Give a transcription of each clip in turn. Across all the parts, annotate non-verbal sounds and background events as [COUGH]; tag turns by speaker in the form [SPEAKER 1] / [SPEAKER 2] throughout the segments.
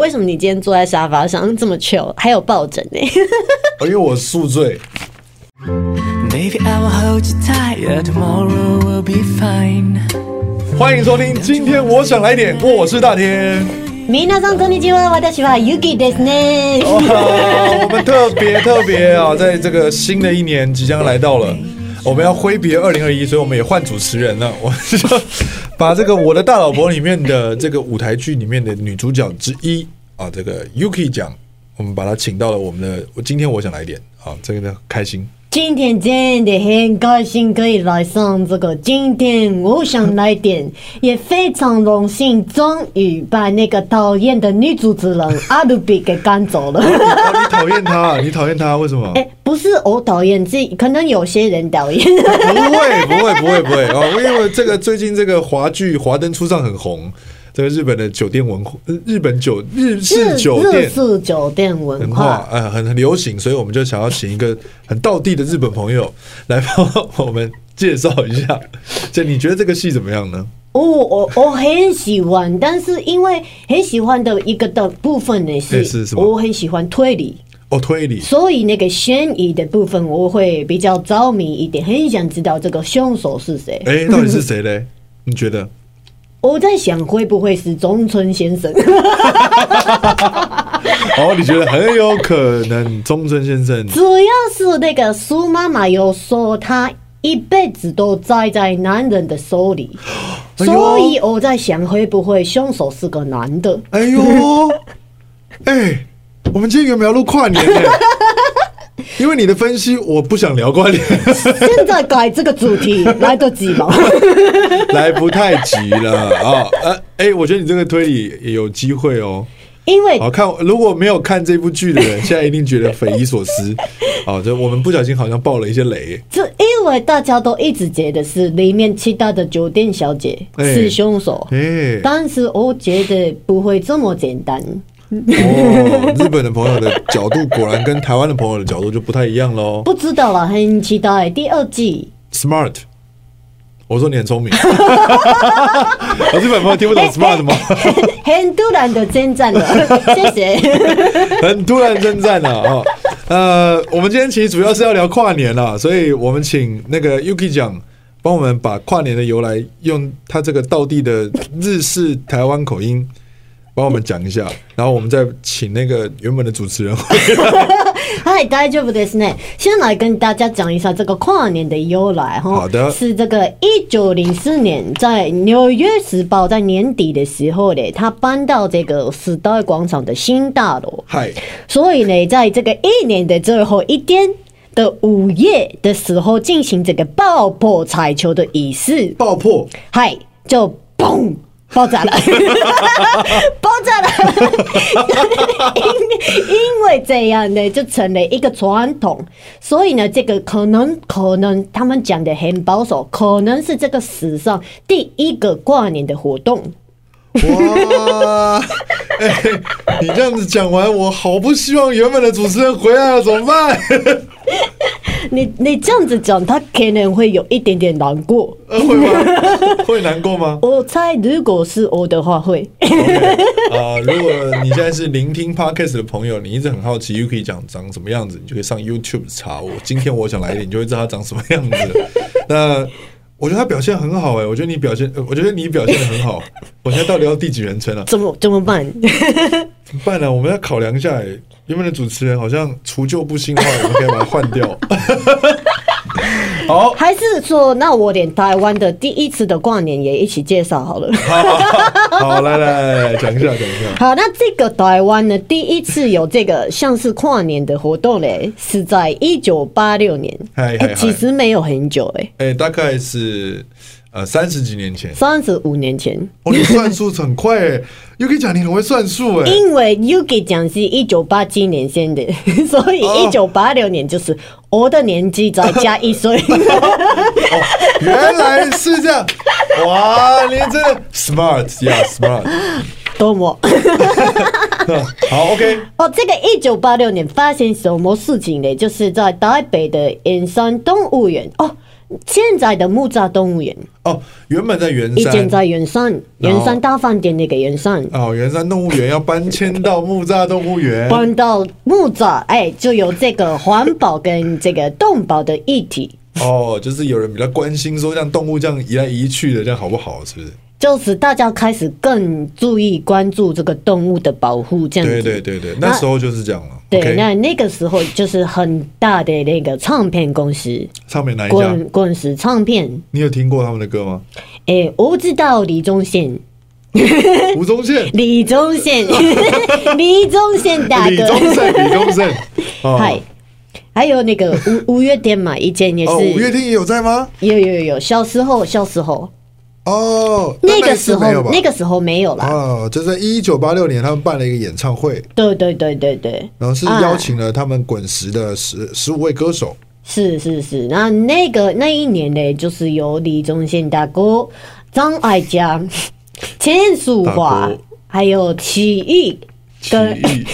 [SPEAKER 1] 为什么你今天坐在沙发上这么 chill，还有抱枕呢、 [LAUGHS]
[SPEAKER 2] 因为我宿醉。
[SPEAKER 3] Baby, I will hold you tight. Yeah, tomorrow will be fine.
[SPEAKER 2] 欢迎收听，今天我想来点，我是大天。
[SPEAKER 1] 米娜桑こんにちは、私は Yuki ですね。
[SPEAKER 2] 哇我们特别特别啊，在这个新的一年即将来到了，我们要挥别二零二一，所以我们也换主持人了。我就把这个《我的大老婆》里面的这个舞台剧里面的女主角之一啊，这个 Yuki 奖，我们把她请到了我们的。我今天我想来点啊，这个呢开心。
[SPEAKER 1] 今天真的很高兴可以来上这个，今天我想来点，也非常荣幸，终于把那个讨厌的女主持人阿鲁比给赶走了。
[SPEAKER 2] [LAUGHS] 哦你讨厌她，你讨厌她，为什么？
[SPEAKER 1] 哎、不是我讨厌，是可能有些人讨厌。
[SPEAKER 2] 不会，不会，不会，不会哦！因为这个最近这个华剧《华灯初上》很红，这个日本的酒店文化，呃日本酒日式酒
[SPEAKER 1] [LAUGHS] 日
[SPEAKER 2] 店
[SPEAKER 1] 式酒店文
[SPEAKER 2] 文
[SPEAKER 1] 化
[SPEAKER 2] 化，，呃，很很流行，所以我们就想要请一个很道地的日本朋友来帮我们介绍一下。这你觉得这个戏怎么样呢？
[SPEAKER 1] 哦，我我很喜欢，但是因为很喜欢的一个的部分呢
[SPEAKER 2] 哎
[SPEAKER 1] 是，
[SPEAKER 2] 是什么
[SPEAKER 1] 我很喜欢推理，
[SPEAKER 2] 哦，推理
[SPEAKER 1] 所以那个悬疑的部分我会比较着迷一点，很想知道这个凶手是谁。
[SPEAKER 2] 哎，到底是谁嘞？你觉得？
[SPEAKER 1] 我在想会不会是中村先生？ [LAUGHS]
[SPEAKER 2] 哦，你觉得很有可能中村先生
[SPEAKER 1] 主要是那个苏妈妈有说她一辈子都栽在男人的手里，
[SPEAKER 2] 哎呦
[SPEAKER 1] 所以我在想会不会凶手是个男的？
[SPEAKER 2] 哎呦，哎、我们今天原本要录跨年的、因为你的分析，我不想聊跨年，
[SPEAKER 1] 现在改这个主题来得及
[SPEAKER 2] [LAUGHS]
[SPEAKER 1] 吗？
[SPEAKER 2] 来不太及了啊、呃，哎、我觉得你这个推理也有机会哦。
[SPEAKER 1] 因为
[SPEAKER 2] 好看，如果没有看这部剧的人，现在一定觉得匪夷所思。 [LAUGHS] 好、就我们不小心好像爆了一些雷。
[SPEAKER 1] 这因为大家都一直觉得是里面其他的酒店小姐
[SPEAKER 2] 哎
[SPEAKER 1] 是凶手，
[SPEAKER 2] 哎、
[SPEAKER 1] 但是我觉得不会这么简单。
[SPEAKER 2] 哦，日本的朋友的角度果然跟台湾的朋友的角度就不太一样喽。
[SPEAKER 1] 不知道了，很期待第二季。 [LAUGHS]
[SPEAKER 2] Smart，我说你很聪明。我日本朋友听不懂 Smart 吗？
[SPEAKER 1] 很突然的征战了， [LAUGHS] 谢谢。 [LAUGHS]
[SPEAKER 2] [LAUGHS] 很突然征战了啊、哦！呃，我们今天其实主要是要聊跨年啦，所以我们请那个 Yuki 讲，帮我们把跨年的由来用他这个道地的日式台湾口音。帮我们讲一下，然后我们再请那个原本的主持人。 [LAUGHS]
[SPEAKER 1] 嗨，大丈夫ですね。先来跟大家讲一下这个跨年的由来哈。
[SPEAKER 2] 好的
[SPEAKER 1] 是这个一九零四年在《纽约时报》在年底的时候呢，他搬到这个时代广场的新大楼。
[SPEAKER 2] 嗨，
[SPEAKER 1] 所以呢，在这个一年的最后一天的午夜的时候，进行这个爆破彩球的仪式，
[SPEAKER 2] 爆破！
[SPEAKER 1] 嗨，就嘣。爆炸了， [LAUGHS] 爆炸了！ [LAUGHS] 因因为这样呢，就成了一个传统，所以呢，这个可能可能他们讲的很保守，可能是这个史上第一个跨年的活动。
[SPEAKER 2] 哇！ [LAUGHS] 哎、你这样子讲完，我好不希望原本的主持人回来了，怎么办？ [LAUGHS]
[SPEAKER 1] 你你这样子讲，他可能会有一点点难过。
[SPEAKER 2] 呃会吗？会难过吗？
[SPEAKER 1] 我猜如果是我的话会，
[SPEAKER 2] [LAUGHS] 啊、如果你现在是聆听 podcast 的朋友，你一直很好奇 Yuki 讲长什么样子，你就可以上 YouTube 查我。今天我想来一点，你就会知道他长什么样 [LAUGHS] 子了。那我觉得他表现很好哎、我觉得你表现，呃我觉得你表现的很好。 [LAUGHS] 我现在到底要第几人称啊？
[SPEAKER 1] [LAUGHS] 怎么怎么办？
[SPEAKER 2] 怎么办呢、我们要考量一下、欸，原本的主持人好像除旧不新的话，我们可以把它换 [LAUGHS] 掉。好，
[SPEAKER 1] [LAUGHS] 还是说，那我连台湾的第一次的跨年也一起介绍 [LAUGHS] 好了？
[SPEAKER 2] 好，来来来来，讲一下，讲一下。
[SPEAKER 1] 好，那这个台湾呢，第一次有这个像是跨年的活动嘞，是在一九八六年，
[SPEAKER 2] 嗨嗨
[SPEAKER 1] 哎
[SPEAKER 2] 嗨
[SPEAKER 1] 其实没有很久哎、
[SPEAKER 2] 哎、大概是呃三十几年前。
[SPEAKER 1] 三十五年前，
[SPEAKER 2] 哦，你算数很快哎、欸、，Yuki 讲你很会算数哎、
[SPEAKER 1] 因为 Yuki 讲是一九八七年先的， [LAUGHS] 所以一
[SPEAKER 2] 哦
[SPEAKER 1] 九八六年就是我的年纪再加一 [LAUGHS] 岁。
[SPEAKER 2] 原来是这样，哇，你真的 smart 呀、smart。
[SPEAKER 1] 多么
[SPEAKER 2] 好，OK，
[SPEAKER 1] 哦，这个一九八六年发生什么事情呢？就是在台北的圆山动物园哦。现在的木栅动物园，
[SPEAKER 2] 哦，原本在圆
[SPEAKER 1] 以前
[SPEAKER 2] 山。
[SPEAKER 1] 在圆山，圆山大饭店那个圆山，
[SPEAKER 2] 哦，圆山动物园要搬迁到木栅动物园，
[SPEAKER 1] 搬到木栅，哎，就有这个环保跟这个动保的议题，
[SPEAKER 2] 哦，就是有人比较关心说，像动物这样移来移去的，这样好不好？是不是？
[SPEAKER 1] 就是大家开始更注意关注这个动物的保护，这样子。
[SPEAKER 2] 对对对对，那时候就是这样了。
[SPEAKER 1] 对
[SPEAKER 2] OK，
[SPEAKER 1] 那那个时候就是很大的那个唱片公司，
[SPEAKER 2] 上面哪一家？
[SPEAKER 1] 滚滚石唱片。
[SPEAKER 2] 你有听过他们的
[SPEAKER 1] [LAUGHS]
[SPEAKER 2] 歌吗？
[SPEAKER 1] 哎、我知道李宗宪，
[SPEAKER 2] 吴宗宪、
[SPEAKER 1] 李宗
[SPEAKER 2] [LAUGHS]
[SPEAKER 1] 宪，李宗宪大
[SPEAKER 2] 李宗
[SPEAKER 1] 哥，
[SPEAKER 2] 盛、李宗盛，哦
[SPEAKER 1] [LAUGHS] 嗨，还有那个五五月天嘛，以前也是，
[SPEAKER 2] 哦，五月天也有在吗？
[SPEAKER 1] 有有有有，小时候小时候
[SPEAKER 2] 哦，
[SPEAKER 1] 那
[SPEAKER 2] 但
[SPEAKER 1] 个
[SPEAKER 2] 次
[SPEAKER 1] 时候
[SPEAKER 2] 没有吧
[SPEAKER 1] 那个时候没有啦，
[SPEAKER 2] 哦，就在一九八六年，他们办了一个演唱会，
[SPEAKER 1] 对对对对对，
[SPEAKER 2] 然后是邀
[SPEAKER 1] 啊、
[SPEAKER 2] 请了他们滚石的十十五位歌手。
[SPEAKER 1] 是是是，那那个那一年呢，就是有李宗宪大哥、张艾嘉、钱淑
[SPEAKER 2] 大
[SPEAKER 1] 华
[SPEAKER 2] 哥，
[SPEAKER 1] 还有齐豫。
[SPEAKER 2] 奇
[SPEAKER 1] 跟
[SPEAKER 2] 遇
[SPEAKER 1] [LAUGHS]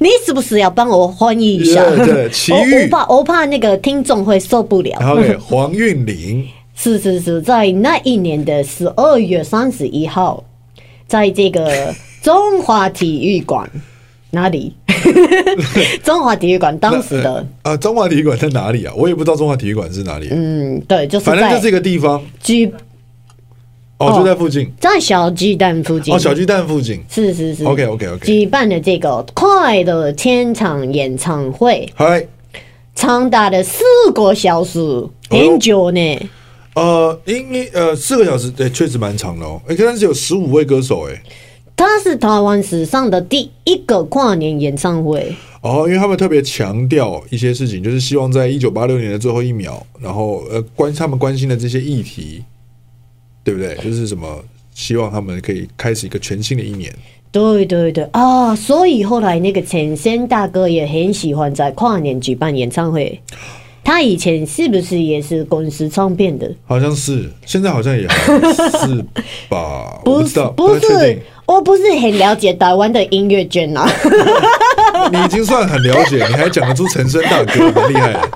[SPEAKER 1] 你是不是要帮我翻译一下？[LAUGHS]
[SPEAKER 2] 对对齐
[SPEAKER 1] 我
[SPEAKER 2] 豫
[SPEAKER 1] 我怕我怕那个听众会受不了。
[SPEAKER 2] 然后给黄
[SPEAKER 1] [LAUGHS]
[SPEAKER 2] 韵玲，
[SPEAKER 1] 是是是，在那一年的十二月三十一号，在这个中华体育馆哪
[SPEAKER 2] [LAUGHS]
[SPEAKER 1] 里？中华体育馆当时的，
[SPEAKER 2] 啊，中华体育馆在哪里啊？我也不知道中华体育馆是哪里，啊
[SPEAKER 1] 嗯，对，就是
[SPEAKER 2] 反正就是
[SPEAKER 1] 在
[SPEAKER 2] 一个地方
[SPEAKER 1] 居
[SPEAKER 2] 哦，
[SPEAKER 1] 哦嗯
[SPEAKER 2] 就在附近
[SPEAKER 1] 在小巨蛋附近。
[SPEAKER 2] 哦，小巨蛋附近。
[SPEAKER 1] 是是是
[SPEAKER 2] OK，OK，OK
[SPEAKER 1] 举办了这个快乐千场演唱会，
[SPEAKER 2] 嗨，
[SPEAKER 1] 长达了四个小时，
[SPEAKER 2] 哎呦
[SPEAKER 1] 很久呢。
[SPEAKER 2] 呃，应应呃，四个小时，对，确实蛮长的哦。哎，但是有十五位歌手，哎，
[SPEAKER 1] 它是台湾史上的第一个跨年演唱会。
[SPEAKER 2] 哦，因为他们特别强调一些事情，就是希望在一九八六年的最后一秒，然后呃关他们关心的这些议题，对不对？
[SPEAKER 1] [LAUGHS]
[SPEAKER 2] 就是什么，希望他们可以开始一个全新的一年。
[SPEAKER 1] 对对对啊，所以后来那个陈先大哥也很喜欢在跨年举办演唱会。他以前是不是也是公司唱片的？
[SPEAKER 2] 好像是，现在好像也还是吧，我
[SPEAKER 1] 不
[SPEAKER 2] 知
[SPEAKER 1] 是
[SPEAKER 2] 道，
[SPEAKER 1] 不
[SPEAKER 2] 太确
[SPEAKER 1] 是
[SPEAKER 2] 定。，
[SPEAKER 1] 我不是很了解台湾的音乐圈
[SPEAKER 2] [LAUGHS]
[SPEAKER 1] 啊。
[SPEAKER 2] 你已经算很了解，你还讲得出陈升大哥，蛮厉害的。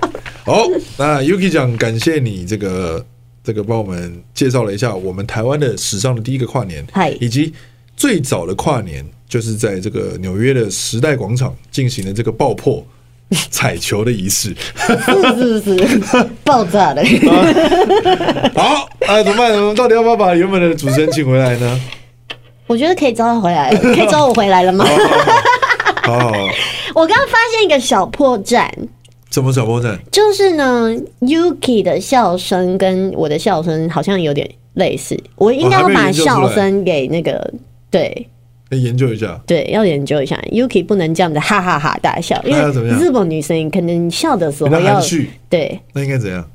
[SPEAKER 2] 好，那 Yuki 讲，感谢你这个这个帮我们介绍了一下我们台湾的史上的第一个跨年
[SPEAKER 1] 嗨，
[SPEAKER 2] 以及最早的跨年就是在这个纽约的时代广场进行的这个爆破彩球的仪式。
[SPEAKER 1] 是是是，爆炸
[SPEAKER 2] [LAUGHS]
[SPEAKER 1] 了。
[SPEAKER 2] 好，啊，怎么办？我们到底要不要把原本的主持人请回来呢？
[SPEAKER 1] 我觉得可以找他回来了，可以找我回来了吗？
[SPEAKER 2] 好好好，
[SPEAKER 1] 我刚刚发现一个小破绽，
[SPEAKER 2] 怎么小波站？
[SPEAKER 1] 就是呢，Yuki 的笑声跟我的笑声好像有点类似，我应该要
[SPEAKER 2] 哦还没有
[SPEAKER 1] 把
[SPEAKER 2] 研究出来
[SPEAKER 1] 笑声给那个对。
[SPEAKER 2] 来哎研究一下。
[SPEAKER 1] 对，要研究一下。Yuki 不能这样的哈哈哈大笑，因
[SPEAKER 2] 那要怎么
[SPEAKER 1] 为
[SPEAKER 2] 样
[SPEAKER 1] 日本女生可能笑的时
[SPEAKER 2] 比较
[SPEAKER 1] 候要
[SPEAKER 2] 含蓄，
[SPEAKER 1] 对
[SPEAKER 2] 那应该怎样？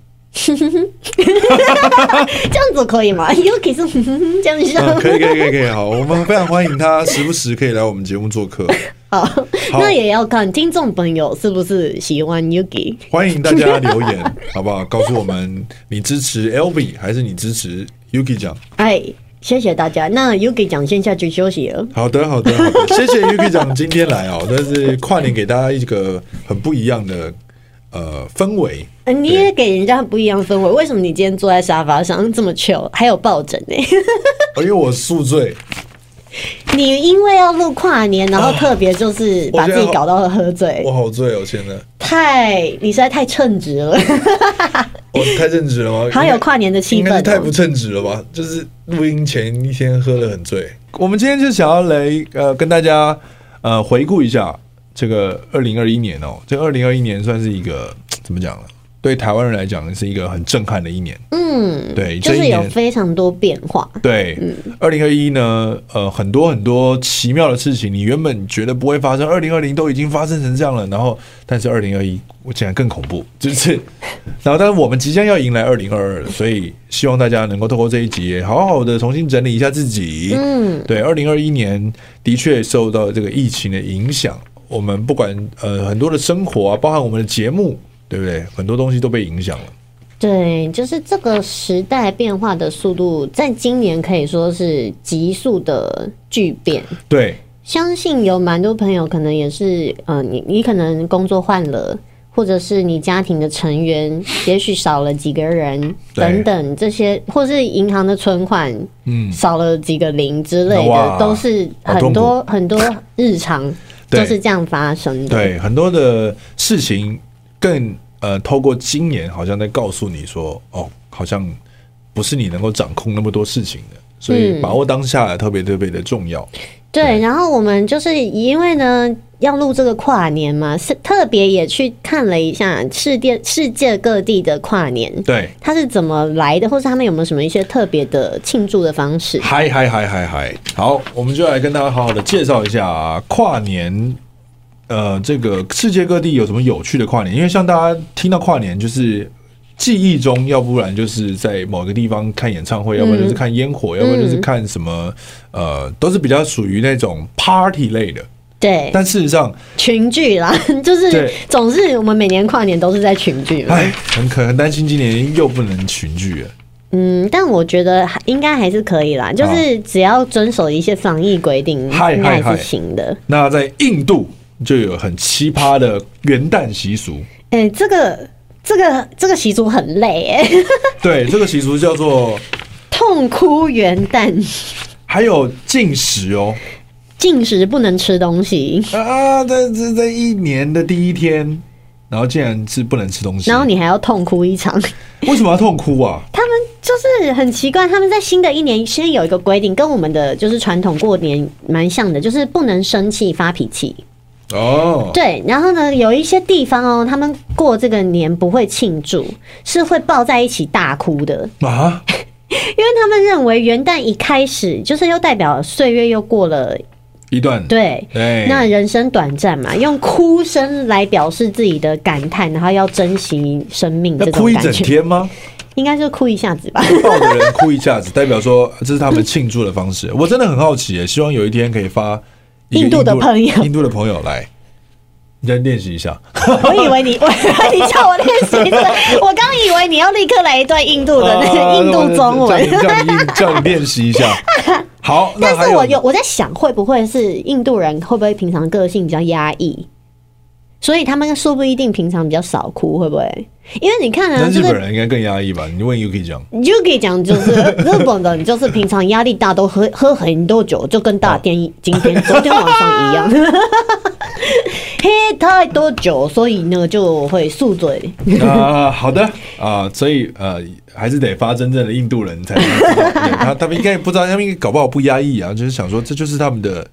[SPEAKER 1] 这样子可以吗 [LAUGHS] ？Yuki 是 [LAUGHS] 这样笑。
[SPEAKER 2] 嗯，可以，可以，可以，可以。好，我们非常欢迎他时不时可以来我们节目做客。
[SPEAKER 1] 好，
[SPEAKER 2] 好
[SPEAKER 1] 那也要看听众朋友是不是喜欢 Yuki。
[SPEAKER 2] 欢迎大家留言， [LAUGHS] 好不好？告诉我们你支持 L B 还是你支持 Yuki 奖？
[SPEAKER 1] 哎，谢谢大家。那 Yuki 讲先下去休息了。
[SPEAKER 2] 好的，好的，好的， [LAUGHS] 谢谢 Yuki 奖今天来哦，但是跨年给大家一个很不一样的呃氛围。
[SPEAKER 1] 呃你也给人家不一样氛围，为什么你今天坐在沙发上这么 chill，还有抱枕呢、
[SPEAKER 2] 哦因为我宿醉，
[SPEAKER 1] 你因为要录跨年，然后特别
[SPEAKER 2] 哦
[SPEAKER 1] 就是把自己搞到喝醉
[SPEAKER 2] 我，好醉哦，现在
[SPEAKER 1] 太你实在太称职了，
[SPEAKER 2] 我太哦正直了吗？
[SPEAKER 1] 还有跨年的气
[SPEAKER 2] 应该
[SPEAKER 1] 氛
[SPEAKER 2] 是太不
[SPEAKER 1] 哦、
[SPEAKER 2] 称职了吧？就是录音前一天喝得很醉。我们今天就想要来呃跟大家呃回顾一下这个二零二一年哦，这二零二一年算是一个怎么讲呢？对台湾人来讲是一个很震撼的一年。
[SPEAKER 1] 嗯，
[SPEAKER 2] 对，
[SPEAKER 1] 就
[SPEAKER 2] 这
[SPEAKER 1] 是
[SPEAKER 2] 一
[SPEAKER 1] 有
[SPEAKER 2] 年
[SPEAKER 1] 非常多变化。
[SPEAKER 2] 对，二零二一呢，呃，很多很多奇妙的事情，你原本觉得不会发生，二零二零都已经发生成这样了，然后，但是二零二一，我竟然更恐怖，就是， [LAUGHS] 然后，但是我们即将要迎来二零二二了，所以希望大家能够透过这一集，好好的重新整理一下自己。
[SPEAKER 1] 嗯，
[SPEAKER 2] 对，二零二一年的确受到这个疫情的影响，我们不管呃很多的生活啊，包含我们的节目，对不对？很多东西都被影响了。
[SPEAKER 1] 对，就是这个时代变化的速度，在今年可以说是急速的巨变。
[SPEAKER 2] 对，
[SPEAKER 1] 相信有蛮多朋友可能也是，呃，你你可能工作换了，或者是你家庭的成
[SPEAKER 2] [LAUGHS]
[SPEAKER 1] 员，也许少了几个人
[SPEAKER 2] 对
[SPEAKER 1] 等等这些，或是银行的存款，嗯，少了几个零之类
[SPEAKER 2] 哇
[SPEAKER 1] 的，都是
[SPEAKER 2] 好
[SPEAKER 1] 很
[SPEAKER 2] 痛苦
[SPEAKER 1] 多很多日常
[SPEAKER 2] 对
[SPEAKER 1] 都是这样发生的。
[SPEAKER 2] 对，很多的事情更呃，透过今年好像在告诉你说，哦，好像不是你能够掌控那么多事情的，所以把握当下特别特别的重要。
[SPEAKER 1] 对，然后我们就是因为呢要录这个跨年嘛，是特别也去看了一下世界世界各地的跨年，
[SPEAKER 2] 对，
[SPEAKER 1] 它是怎么来的，或是他们有没有什么一些特别的庆祝的方式？
[SPEAKER 2] 嗨嗨嗨嗨嗨，好，我们就来跟大家好好的介绍一下、啊、跨年。呃，这个世界各地有什么有趣的跨年？因为像大家听到跨年，就是记忆中，要不然就是在某个地方看演唱会，要不然就是看烟火，要不然就是看什么，呃，都是比较属于那种 party 类的。
[SPEAKER 1] 对，
[SPEAKER 2] 但事实上，
[SPEAKER 1] 群聚啦， [LAUGHS] 就是
[SPEAKER 2] 对
[SPEAKER 1] 总是我们每年跨年都是在群聚嘛。
[SPEAKER 2] 哎，很可能担心今年又不能群聚了。
[SPEAKER 1] 嗯，但我觉得还应该还是可以啦，就是只要遵守一些防疫规定，
[SPEAKER 2] 嗨
[SPEAKER 1] 应该
[SPEAKER 2] 嗨
[SPEAKER 1] 还
[SPEAKER 2] 嗨
[SPEAKER 1] 是行的。
[SPEAKER 2] 那在印度就有很奇葩的元旦习俗，
[SPEAKER 1] 哎、这个这个这个习俗很累、哎，
[SPEAKER 2] 对，这个习俗叫做
[SPEAKER 1] [LAUGHS] 痛哭元旦，
[SPEAKER 2] 还有禁食哦。
[SPEAKER 1] 进食不能吃东西，
[SPEAKER 2] 啊，在在在一年的第一天，然后竟然是不能吃东西，
[SPEAKER 1] 然后你还要痛哭一场。
[SPEAKER 2] 为什么要痛哭啊？
[SPEAKER 1] 他们就是很奇怪，他们在新的一年先有一个规定，跟我们的就是传统过年蛮像的，就是不能生气发脾气。
[SPEAKER 2] 哦，
[SPEAKER 1] 对，然后呢，有一些地方哦，他们过这个年不会庆祝，是会抱在一起大哭的，
[SPEAKER 2] 啊，
[SPEAKER 1] 因为他们认为元旦一开始就是又代表岁月又过了，
[SPEAKER 2] 一段，哎
[SPEAKER 1] 对。
[SPEAKER 2] 对，
[SPEAKER 1] 那人生短暂嘛，用哭声来表示自己的感叹，然后要珍惜生命这
[SPEAKER 2] 那
[SPEAKER 1] 种
[SPEAKER 2] 哭一
[SPEAKER 1] 感
[SPEAKER 2] 整
[SPEAKER 1] 觉，
[SPEAKER 2] 天吗？
[SPEAKER 1] 应该就哭一下子吧。
[SPEAKER 2] 抱着人哭一下子，代表说这是他们庆祝的方式。我真的很好奇耶，希望有一天可以发一个
[SPEAKER 1] 印度的朋友
[SPEAKER 2] 印度的朋友来，你再练习一下。
[SPEAKER 1] 我以为
[SPEAKER 2] [LAUGHS]
[SPEAKER 1] 你，我你叫我练习的，我刚以为你要立刻来一段印度的那个印度中
[SPEAKER 2] 啊
[SPEAKER 1] 文。
[SPEAKER 2] 叫你叫你叫你练习一下。好，那
[SPEAKER 1] 但
[SPEAKER 2] 还
[SPEAKER 1] 是我有我在想，会不会是印度人会不会平常个性比较压抑，所以他们说不一定平常比较少哭，会不会？因为你看啊，
[SPEAKER 2] 那
[SPEAKER 1] 就
[SPEAKER 2] 日本
[SPEAKER 1] 是
[SPEAKER 2] 人应该更压抑吧？你问 UK 讲，
[SPEAKER 1] 你就可以讲，就是日本人就是平常压力大，都喝喝很多酒，就跟大天今天昨天晚上一样， [LAUGHS] 喝太多酒，所以呢就会宿醉。
[SPEAKER 2] 啊，好的啊，所以呃，还是得发真正的印度人才能知道，对他他们应该也不知道，他们应该搞不好不压抑啊，就是想说这就是他们的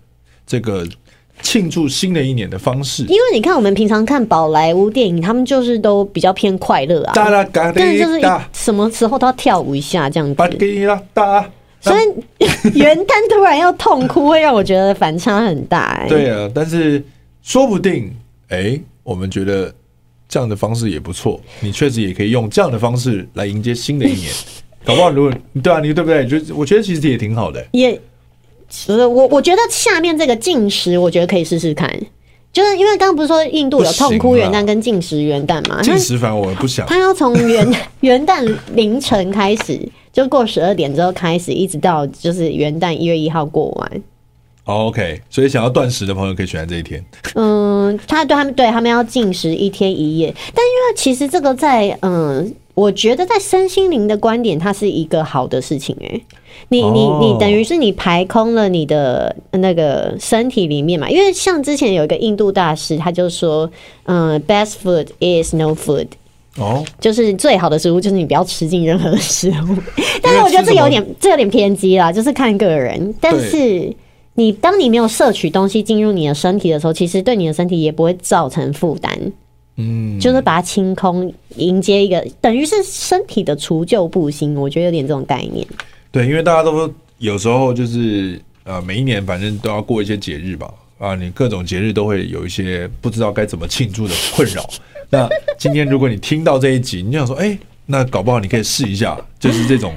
[SPEAKER 2] 这个庆祝新的一年的方式。
[SPEAKER 1] 因为你看，我们平常看宝莱坞电影，他们就是都比较偏快乐啊，
[SPEAKER 2] 哒啦嘎
[SPEAKER 1] 但是就是
[SPEAKER 2] 哩
[SPEAKER 1] 一
[SPEAKER 2] 哒，
[SPEAKER 1] 什么时候都要跳舞一下这样
[SPEAKER 2] 巴
[SPEAKER 1] 子。
[SPEAKER 2] 给啦哒。
[SPEAKER 1] 所以元旦突然要痛哭，会让我觉得反差很大、哎，
[SPEAKER 2] 对啊，但是说不定，哎，我们觉得这样的方式也不错，你确实也可以用这样的方式来迎接新的一年。搞不好如果对啊，你对不对？就是我觉得其实也挺好的、
[SPEAKER 1] 也，所以我我觉得下面这个进食，我觉得可以试试看。就是因为刚刚不是说印度有痛
[SPEAKER 2] 不
[SPEAKER 1] 哭
[SPEAKER 2] 行
[SPEAKER 1] 元
[SPEAKER 2] 啊
[SPEAKER 1] 旦跟进食元旦嘛？
[SPEAKER 2] 进食反而我不想。
[SPEAKER 1] 他要从元元旦凌晨开始，就过十二点之后开始，一直到就是元旦一月一号过完。
[SPEAKER 2] o 哦 OK，所以想要断食的朋友可以选在这一天。
[SPEAKER 1] [LAUGHS] 嗯，他对他们对他们要禁食一天一夜，但因为其实这个在嗯，我觉得在身心灵的观点，它是一个好的事情诶、欸你你
[SPEAKER 2] 哦
[SPEAKER 1] 你等于是你排空了你的那个身体里面嘛，因为像之前有一个印度大师，他就说，嗯，best food is no food，
[SPEAKER 2] 哦，
[SPEAKER 1] 就是最好的食物就是你不要吃进任何食
[SPEAKER 2] [LAUGHS]
[SPEAKER 1] 物。但是我觉得这有点这有点偏激啦，就是看个人。但是你当你没有摄取东西进入你的身体的时候，其实对你的身体也不会造成负担。
[SPEAKER 2] 嗯，
[SPEAKER 1] 就是把它清空，迎接一个等于是身体的除旧布新，我觉得有点这种概念。
[SPEAKER 2] 对，因为大家都有时候就是呃，每一年反正都要过一些节日吧，啊，你各种节日都会有一些不知道该怎么庆祝的困扰。 [LAUGHS] 那今天如果你听到这一集，你就想说，哎、那搞不好你可以试一下，就是这种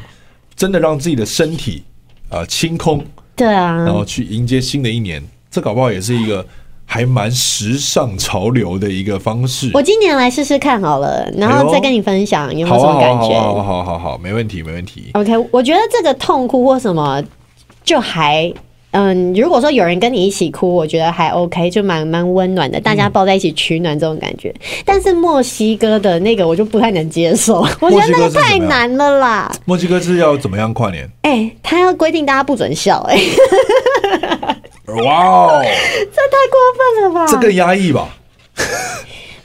[SPEAKER 2] 真的让自己的身体啊清空，
[SPEAKER 1] 对
[SPEAKER 2] 然
[SPEAKER 1] 啊，
[SPEAKER 2] 后去迎接新的一年，这搞不好也是一个还蛮时尚潮流的一个方式。
[SPEAKER 1] 我今年来试试看好了，然
[SPEAKER 2] 哎呦
[SPEAKER 1] 后再跟你分享有没
[SPEAKER 2] 好
[SPEAKER 1] 有什
[SPEAKER 2] 啊，
[SPEAKER 1] 么
[SPEAKER 2] 好
[SPEAKER 1] 感
[SPEAKER 2] 啊，好
[SPEAKER 1] 觉。
[SPEAKER 2] 啊，好啊好啊好啊，没问题，没问题。
[SPEAKER 1] OK，我觉得这个痛哭或什么就还嗯，如果说有人跟你一起哭，我觉得还 OK，就蛮蛮温暖的，大家抱在一起取暖这种感觉。但是墨西哥的那个我就不太能接受， [LAUGHS] 我觉得那
[SPEAKER 2] 墨
[SPEAKER 1] 个
[SPEAKER 2] 西哥是
[SPEAKER 1] 太
[SPEAKER 2] 怎么样
[SPEAKER 1] 难了啦。
[SPEAKER 2] 墨西哥是要怎么样跨年？
[SPEAKER 1] 哎、他要规定大家不准笑、哎，
[SPEAKER 2] [LAUGHS] 哇哦，
[SPEAKER 1] [LAUGHS] 这太过分了 [LAUGHS] 吧？
[SPEAKER 2] 这更压抑吧？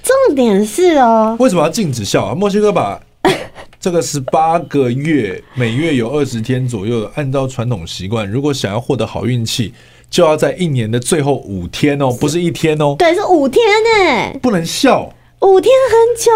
[SPEAKER 1] 重点是哦，
[SPEAKER 2] 为什么要禁止笑啊？墨西哥把这个十八个月，每月有二十天左右，按照传统习惯，如果想要获得好运气，就要在一年的最后五天哦，不是一天哦，
[SPEAKER 1] 对，是五天呢、
[SPEAKER 2] 不能笑。
[SPEAKER 1] 五天很久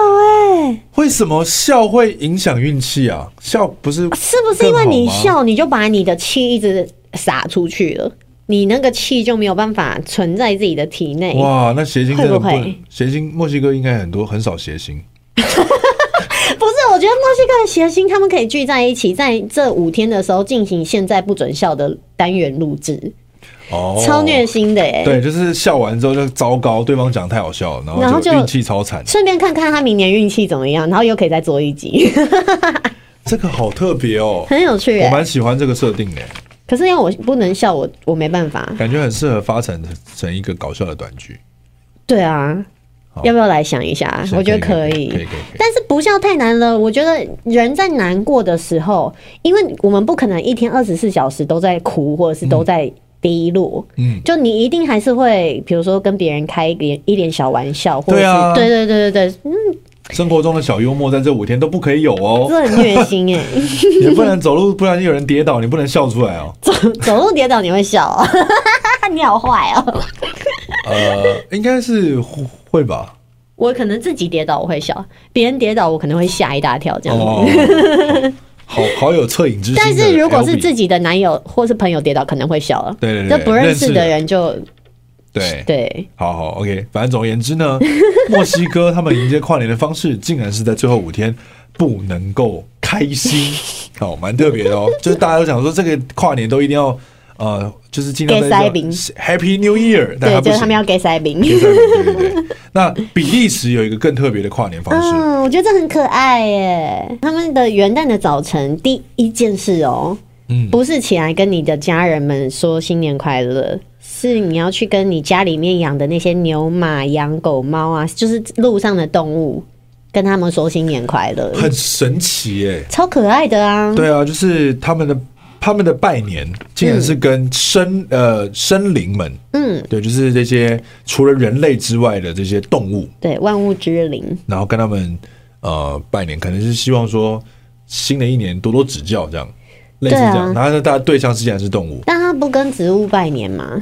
[SPEAKER 1] 哎、
[SPEAKER 2] 为什么笑会影响运气啊？笑不是
[SPEAKER 1] 是不是因为你
[SPEAKER 2] 更好吗
[SPEAKER 1] 笑，你就把你的气一直撒出去了，你那个气就没有办法存在自己的体内？
[SPEAKER 2] 哇，那谐星真的不
[SPEAKER 1] 会不
[SPEAKER 2] 能
[SPEAKER 1] 会
[SPEAKER 2] 谐星，墨西哥应该很多很少谐星。
[SPEAKER 1] 不是，我觉得墨西哥的谐星他们可以聚在一起，在这五天的时候进行现在不准笑的单元录制，
[SPEAKER 2] 哦，
[SPEAKER 1] 超虐心的哎、
[SPEAKER 2] 对，就是笑完之后就糟糕，对方讲太好笑了，然
[SPEAKER 1] 然
[SPEAKER 2] 后
[SPEAKER 1] 后
[SPEAKER 2] 就
[SPEAKER 1] 就
[SPEAKER 2] 运气超惨。
[SPEAKER 1] 顺便看看他明年运气怎么样，然后又可以再做一
[SPEAKER 2] [LAUGHS]
[SPEAKER 1] 集，
[SPEAKER 2] 这个好特别哦，
[SPEAKER 1] 很有趣哎、
[SPEAKER 2] 我蛮喜欢这个设定的，
[SPEAKER 1] 可是要我不能笑，我我没办法。
[SPEAKER 2] 感觉很适合发展成一个搞笑的短剧。
[SPEAKER 1] 对啊，要不要来想一下？啊我觉得可以，
[SPEAKER 2] 可以可以可以。
[SPEAKER 1] 但是不笑太难了。我觉得人在难过的时候，因为我们不可能一天二十四小时都在哭，或者是都在低落。
[SPEAKER 2] 嗯
[SPEAKER 1] 就你一定还是会，比如说跟别人开一点一点小玩笑，或者
[SPEAKER 2] 对
[SPEAKER 1] 是
[SPEAKER 2] 啊
[SPEAKER 1] 对对对对对，
[SPEAKER 2] 生活中的小幽默在这五天都不可以有哦，
[SPEAKER 1] [LAUGHS] 这很虐心哎、
[SPEAKER 2] 你不能走路，不然有人跌倒，你不能笑出来哦。
[SPEAKER 1] 走走路跌倒你会笑、哦，你好坏哦。
[SPEAKER 2] 呃，应该是会吧。
[SPEAKER 1] 我可能自己跌倒我会笑，别人跌倒我可能会吓一大跳这样子。
[SPEAKER 2] 哦，好好有恻隐之心的 L
[SPEAKER 1] 但
[SPEAKER 2] B。
[SPEAKER 1] 是如果是自己的男友或是朋友跌倒，可能会笑了。
[SPEAKER 2] 对对对
[SPEAKER 1] 这不认识
[SPEAKER 2] 认识的
[SPEAKER 1] 的人就
[SPEAKER 2] 对
[SPEAKER 1] 对，
[SPEAKER 2] 好好，OK，反正总而言之
[SPEAKER 1] [LAUGHS]
[SPEAKER 2] 呢，墨西哥他们迎接跨年的方式，竟然是在最后五天不能够开
[SPEAKER 1] [LAUGHS]
[SPEAKER 2] 心，好，蛮特别的哦。就是大家都想说，这个跨年都一定要呃，就是尽量在
[SPEAKER 1] Gay
[SPEAKER 2] 这
[SPEAKER 1] Sibing
[SPEAKER 2] Happy New Year，但
[SPEAKER 1] 对，
[SPEAKER 2] 他不
[SPEAKER 1] 就是
[SPEAKER 2] 行
[SPEAKER 1] 他们要给塞饼。
[SPEAKER 2] Gay Sibing，对对对。 [LAUGHS] 那比利时有一个更特别的跨年方式，
[SPEAKER 1] 嗯，我觉得这很可爱耶。他们的元旦的早晨第一件事哦，
[SPEAKER 2] 嗯
[SPEAKER 1] 不是起来跟你的家人们说新年快乐，是你要去跟你家里面养的那些牛、马、羊、狗、猫啊，就是路上的动物，跟他们说新年快乐，
[SPEAKER 2] 很神奇耶、
[SPEAKER 1] 超可爱的啊。
[SPEAKER 2] 对啊，就是他们的他们的拜年，竟然是跟生、呃生灵们，
[SPEAKER 1] 嗯，
[SPEAKER 2] 对，就是这些除了人类之外的这些动物。
[SPEAKER 1] 对，万物之灵。
[SPEAKER 2] 然后跟他们呃拜年，可能是希望说新的一年多多指教这样，类似这样。
[SPEAKER 1] 对啊
[SPEAKER 2] 然后呢，大家对象之然是动物，
[SPEAKER 1] 但他不跟植物拜年吗？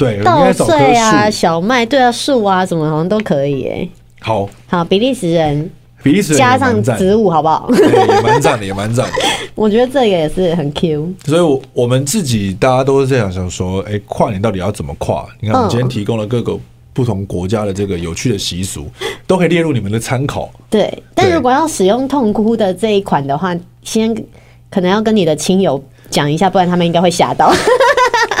[SPEAKER 2] 对，嗯应
[SPEAKER 1] 稻
[SPEAKER 2] 该找棵
[SPEAKER 1] 穗啊、
[SPEAKER 2] 树。
[SPEAKER 1] 小麦，对啊，树啊什么好像都可以诶。
[SPEAKER 2] 好，
[SPEAKER 1] 好，比利时人
[SPEAKER 2] 比利时人也
[SPEAKER 1] 加
[SPEAKER 2] 蛮
[SPEAKER 1] 上
[SPEAKER 2] 赞
[SPEAKER 1] 植
[SPEAKER 2] 的，哎
[SPEAKER 1] 物好不好？
[SPEAKER 2] 对，也蛮赞的，也蛮赞的。
[SPEAKER 1] 我觉得这个也是很 Q。
[SPEAKER 2] [LAUGHS] 所以我，我们自己大家都是这样想说，哎，跨年到底要怎么跨？你看，我们
[SPEAKER 1] 嗯
[SPEAKER 2] 今天提供了各个不同国家的这个有趣的习俗， [LAUGHS] 都可以列入你们的参考。
[SPEAKER 1] 对，但
[SPEAKER 2] 对
[SPEAKER 1] 如果要使用痛哭的这一款的话，先可能要跟你的亲友讲一下，不然他们应该会吓 [LAUGHS] 到。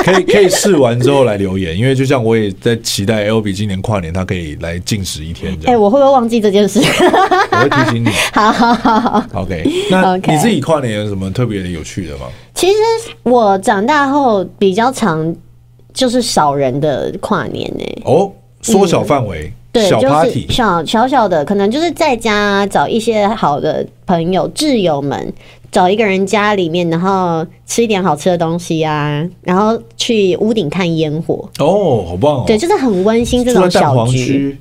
[SPEAKER 2] 可以可以试完之后来留言，因为就像我也在期待 L B 今年跨年，他可以来禁食一天这
[SPEAKER 1] 哎、
[SPEAKER 2] 样，
[SPEAKER 1] 我会不会忘记这件 [LAUGHS] 事？
[SPEAKER 2] 哎我会提醒你。
[SPEAKER 1] 好好好好。
[SPEAKER 2] OK，
[SPEAKER 1] [LAUGHS]
[SPEAKER 2] 那
[SPEAKER 1] OK
[SPEAKER 2] 你自己跨年有什么特别的有趣的吗？
[SPEAKER 1] 其实我长大后比较常就是少人的跨年呢、
[SPEAKER 2] 哦，缩小范围，
[SPEAKER 1] 嗯对，
[SPEAKER 2] 小
[SPEAKER 1] 就是
[SPEAKER 2] party，
[SPEAKER 1] 小小小的，可能就是在家找一些好的朋友、挚友们，找一个人家里面，然后吃一点好吃的东西啊，然后去屋顶看烟火，
[SPEAKER 2] 哦，好棒哦！
[SPEAKER 1] 对，就是很温馨这
[SPEAKER 2] 住在
[SPEAKER 1] 种
[SPEAKER 2] 蛋
[SPEAKER 1] 小
[SPEAKER 2] 黄
[SPEAKER 1] 局。
[SPEAKER 2] 区，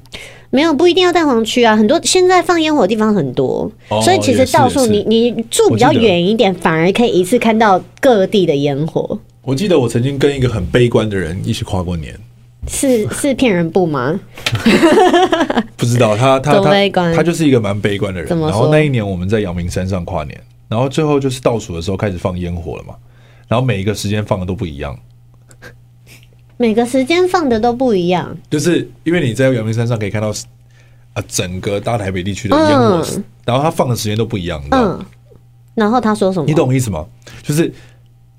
[SPEAKER 1] 没有，不一定要蛋黄区啊，很多现在放烟火的地方很多，
[SPEAKER 2] 哦
[SPEAKER 1] 所以其实
[SPEAKER 2] 也是
[SPEAKER 1] 到处
[SPEAKER 2] 也是
[SPEAKER 1] 你你住比较
[SPEAKER 2] 我记得
[SPEAKER 1] 远一点，反而可以一次看到各地的烟火。
[SPEAKER 2] 我记得我曾经跟一个很悲观的人一起跨过年， [SIGHS]
[SPEAKER 1] 是是骗人不吗？
[SPEAKER 2] 不知道他他
[SPEAKER 1] 多悲
[SPEAKER 2] 他
[SPEAKER 1] 观
[SPEAKER 2] 他就是一个蛮悲观的人。
[SPEAKER 1] 怎么
[SPEAKER 2] 然
[SPEAKER 1] 说
[SPEAKER 2] 后那一年我们在阳明山上跨年，然后最后就是倒数的时候开始放烟火了嘛，然后每一个时间放的都不一样，
[SPEAKER 1] 每个时间放的都不一样，
[SPEAKER 2] 就是因为你在阳明山上可以看到啊整个大台北地区的烟火，
[SPEAKER 1] 嗯
[SPEAKER 2] 然后它放的时间都不一样，你知道吗？
[SPEAKER 1] 嗯。然后他说什么？
[SPEAKER 2] 你懂我意思吗？就是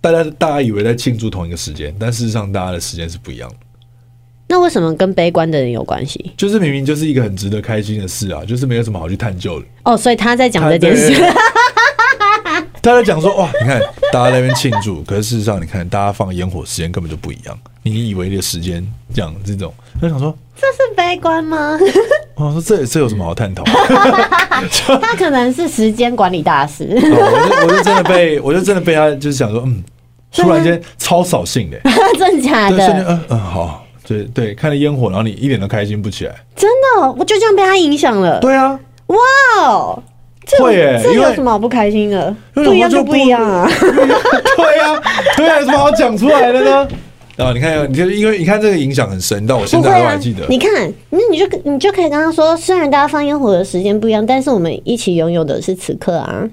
[SPEAKER 2] 大家大家以为在庆祝同一个时间，但事实上大家的时间是不一样的。
[SPEAKER 1] 那为什么跟悲观的人有关系？
[SPEAKER 2] 就是明明就是一个很值得开心的事啊，就是没有什么好去探究的。 [LAUGHS]
[SPEAKER 1] 哦，所以他在讲这件
[SPEAKER 2] 对
[SPEAKER 1] 事，
[SPEAKER 2] 大家讲说哇，你看大家在那边庆祝，可是事实上你看大家放烟火时间根本就不一样，你以为的时间这样这种，他想说，
[SPEAKER 1] 这是悲观吗？ [LAUGHS]
[SPEAKER 2] 我想说这这有什么好探讨？哦
[SPEAKER 1] 他可能是时间管理大师。 [LAUGHS]
[SPEAKER 2] 哦我就我就真的被我就真的被他就是想说，嗯，突然间超扫兴的、
[SPEAKER 1] 真的假
[SPEAKER 2] 对，瞬间
[SPEAKER 1] 的？
[SPEAKER 2] 嗯嗯好，对对，看了烟火，然后你一点都开心不起来。
[SPEAKER 1] 真的哦，我就这样被他影响了。
[SPEAKER 2] 对啊，
[SPEAKER 1] 哇哦，这
[SPEAKER 2] 会耶
[SPEAKER 1] 这
[SPEAKER 2] 因为
[SPEAKER 1] 有什么好不开心的？
[SPEAKER 2] 因为
[SPEAKER 1] 不一样
[SPEAKER 2] 我就
[SPEAKER 1] 就
[SPEAKER 2] 不
[SPEAKER 1] 不一样啊！
[SPEAKER 2] [LAUGHS] 对啊，对啊，有什么好讲出来的呢？啊，你看，你就是因为你看这个影响很深，到我 [LAUGHS] 现
[SPEAKER 1] 不会
[SPEAKER 2] 在都还
[SPEAKER 1] 啊
[SPEAKER 2] 记得，。
[SPEAKER 1] 你看，那你就你就可以跟他说，虽然大家放烟火的时间不一样，但是我们一起拥有的是此刻啊。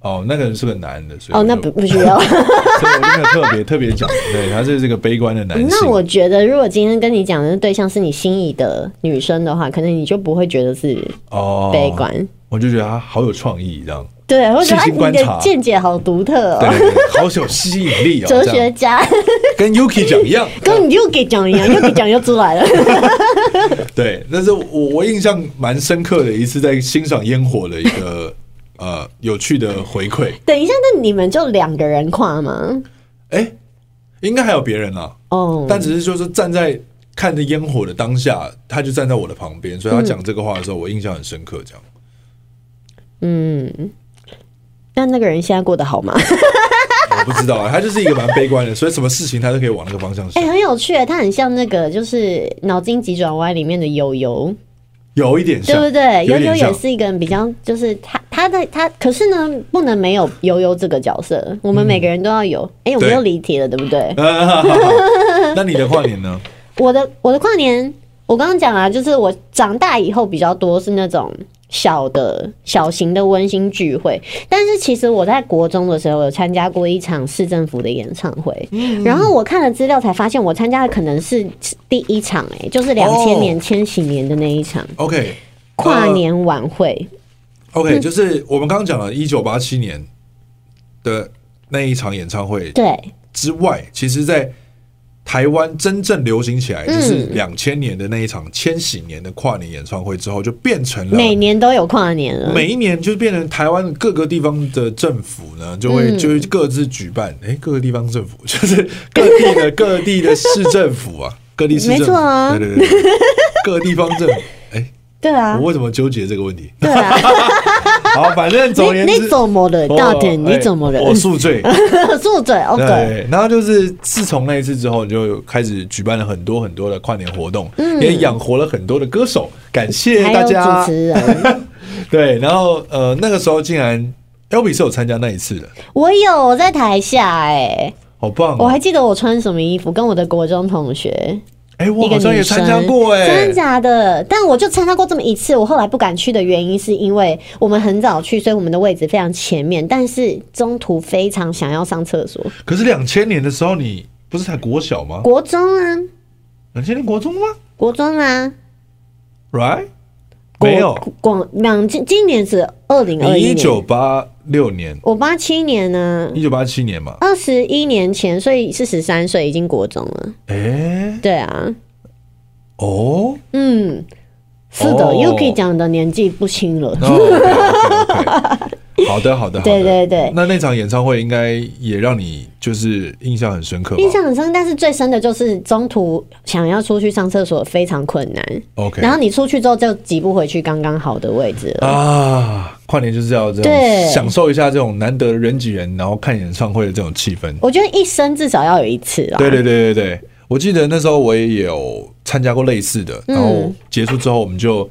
[SPEAKER 2] 哦，那个人是个男的，所以
[SPEAKER 1] 哦，
[SPEAKER 2] 我
[SPEAKER 1] 那
[SPEAKER 2] 就
[SPEAKER 1] 不不需
[SPEAKER 2] [LAUGHS]
[SPEAKER 1] 要。
[SPEAKER 2] 所以我真的特别特别讲，对，他是这个悲观的男性。
[SPEAKER 1] 那我觉得，如果今天跟你讲的对象是你心仪的女生的话，可能你就不会觉得是
[SPEAKER 2] 哦
[SPEAKER 1] 悲，观。
[SPEAKER 2] 我就觉得他好有创意，这样，
[SPEAKER 1] 对，或者
[SPEAKER 2] 细
[SPEAKER 1] 哎，
[SPEAKER 2] 心
[SPEAKER 1] 你
[SPEAKER 2] 观察
[SPEAKER 1] 的见解好独特
[SPEAKER 2] 对
[SPEAKER 1] 哦，
[SPEAKER 2] 对对，好有吸引力哦，
[SPEAKER 1] 哲
[SPEAKER 2] 这
[SPEAKER 1] 学
[SPEAKER 2] 样
[SPEAKER 1] 家，
[SPEAKER 2] 跟 Yuki 讲一样，
[SPEAKER 1] 跟你又给讲一样，又给讲又出来了。 [LAUGHS]
[SPEAKER 2] 对，那是我我印象蛮深刻的一次在欣赏烟火的一个呃有趣的回馈。
[SPEAKER 1] 等一下，那你们就两个人跨吗？
[SPEAKER 2] 哎，应该还有别人啊，
[SPEAKER 1] 哦，
[SPEAKER 2] 但只是就是站在看着烟火的当下，他就站在我的旁边，所以他讲这个话的时候，我印象很深刻。这样，
[SPEAKER 1] 那那个人现在过得好吗？嗯
[SPEAKER 2] 我不知道啊，他就是一个蛮悲观的，所以什么事情他都可以往那个方向
[SPEAKER 1] [LAUGHS] 哎、
[SPEAKER 2] 想，
[SPEAKER 1] 很有趣耶，他很像那个就是《脑筋急转弯》里面的悠悠，
[SPEAKER 2] 有一点
[SPEAKER 1] 对
[SPEAKER 2] 像，
[SPEAKER 1] 不对？
[SPEAKER 2] 有
[SPEAKER 1] 悠
[SPEAKER 2] 一
[SPEAKER 1] 悠也
[SPEAKER 2] 点像。
[SPEAKER 1] 是一个比较，就是他他的他，可是呢，不能没有悠悠这个角色，我们每个人都要有。哎、我们
[SPEAKER 2] 对
[SPEAKER 1] 又离题嗯了，对不对？
[SPEAKER 2] 啊哈哈哈 [LAUGHS] 那你的跨年呢？
[SPEAKER 1] 我的我的跨年，我刚刚讲啊，就是我长大以后比较多是那种小的小型的温馨聚会，但是其实我在国中的时候有参加过一场市政府的演唱会，然后我看了资料才发现，我参加的可能是第一场、欸，就是两
[SPEAKER 2] 哦
[SPEAKER 1] 千年千禧年的那一场
[SPEAKER 2] OK，
[SPEAKER 1] 跨年晚会。
[SPEAKER 2] 呃
[SPEAKER 1] 嗯
[SPEAKER 2] OK，就是我们刚刚讲了，一九八七年的那一场演唱会
[SPEAKER 1] 对，
[SPEAKER 2] 之外，其实，在台湾真正流行起来，就是
[SPEAKER 1] 嗯
[SPEAKER 2] 两千年的那一场千禧年的跨年演唱会之后，就变成了
[SPEAKER 1] 每年都有跨年了。
[SPEAKER 2] 嗯每一年就变成台湾各个地方的政府呢，就会就会各自举办，哎、各个地方政府就是各地的各地的市政府啊，各地市政府，
[SPEAKER 1] 没错啊
[SPEAKER 2] 对对对，对各地方政府，哎、
[SPEAKER 1] 对啊
[SPEAKER 2] 我，为什么纠结这个问题？
[SPEAKER 1] 对啊，
[SPEAKER 2] [LAUGHS] 好，反正总而
[SPEAKER 1] 你
[SPEAKER 2] 言
[SPEAKER 1] 你
[SPEAKER 2] 之，
[SPEAKER 1] 怎么了，
[SPEAKER 2] 哦
[SPEAKER 1] 大点？
[SPEAKER 2] 哎
[SPEAKER 1] 你怎么了？ [LAUGHS]
[SPEAKER 2] 我宿醉。
[SPEAKER 1] 住嘴！OK，哦
[SPEAKER 2] 对，然后就是自从那一次之后，你就开始举办了很多很多的跨年活动，也养活了很多的歌手。感谢
[SPEAKER 1] 还
[SPEAKER 2] 大
[SPEAKER 1] 有
[SPEAKER 2] 家
[SPEAKER 1] 主。持人。
[SPEAKER 2] 对，然后呃，那个时候竟然 Elvis 是有参加那一次的，
[SPEAKER 1] 我有我在台下哎、
[SPEAKER 2] 好棒、哦！
[SPEAKER 1] 我还记得我穿什么衣服，跟我的国中同学，
[SPEAKER 2] 哎、我
[SPEAKER 1] 一个
[SPEAKER 2] 好
[SPEAKER 1] 女生
[SPEAKER 2] 像也参加过哎、
[SPEAKER 1] 真的假的？但我就参加过这么一次，我后来不敢去的原因是因为我们很早去，所以我们的位置非常前面，但是中途非常想要上厕所。
[SPEAKER 2] 可是两千年的时候，你不是才国小吗？
[SPEAKER 1] 国中啊，
[SPEAKER 2] 两千年国中吗
[SPEAKER 1] 国中啊，
[SPEAKER 2] ？Right？
[SPEAKER 1] 国
[SPEAKER 2] 没有，
[SPEAKER 1] 广两今今年是二零二
[SPEAKER 2] 你
[SPEAKER 1] 一
[SPEAKER 2] 一九
[SPEAKER 1] 年，
[SPEAKER 2] 八六年，
[SPEAKER 1] 我八七年呢、
[SPEAKER 2] 一九八七年嘛。
[SPEAKER 1] 二十一年前，所以是十三岁，已经国中了。
[SPEAKER 2] 哎、
[SPEAKER 1] 对啊， [LAUGHS]
[SPEAKER 2] 哦，
[SPEAKER 1] 嗯，是的、
[SPEAKER 2] 哦
[SPEAKER 1] y u k i 讲的年纪不轻了。
[SPEAKER 2] 那哦 OK，OK，OK 好的，好的，好的
[SPEAKER 1] 对对对
[SPEAKER 2] 那那场演唱会应该也让你就是印象很深刻吧？
[SPEAKER 1] 印象很深，但是最深的就是中途想要出去上厕所非常困难，
[SPEAKER 2] OK，
[SPEAKER 1] 然后你出去之后就挤不回去刚刚好的位置了。
[SPEAKER 2] 啊，跨年就是要这种
[SPEAKER 1] 对
[SPEAKER 2] 享受一下这种难得人挤人，然后看演唱会的这种气氛。
[SPEAKER 1] 我觉得一生至少要有一次啊啦。
[SPEAKER 2] 对对对对对，我记得那时候我也有参加过类似的，然后结束之后我们就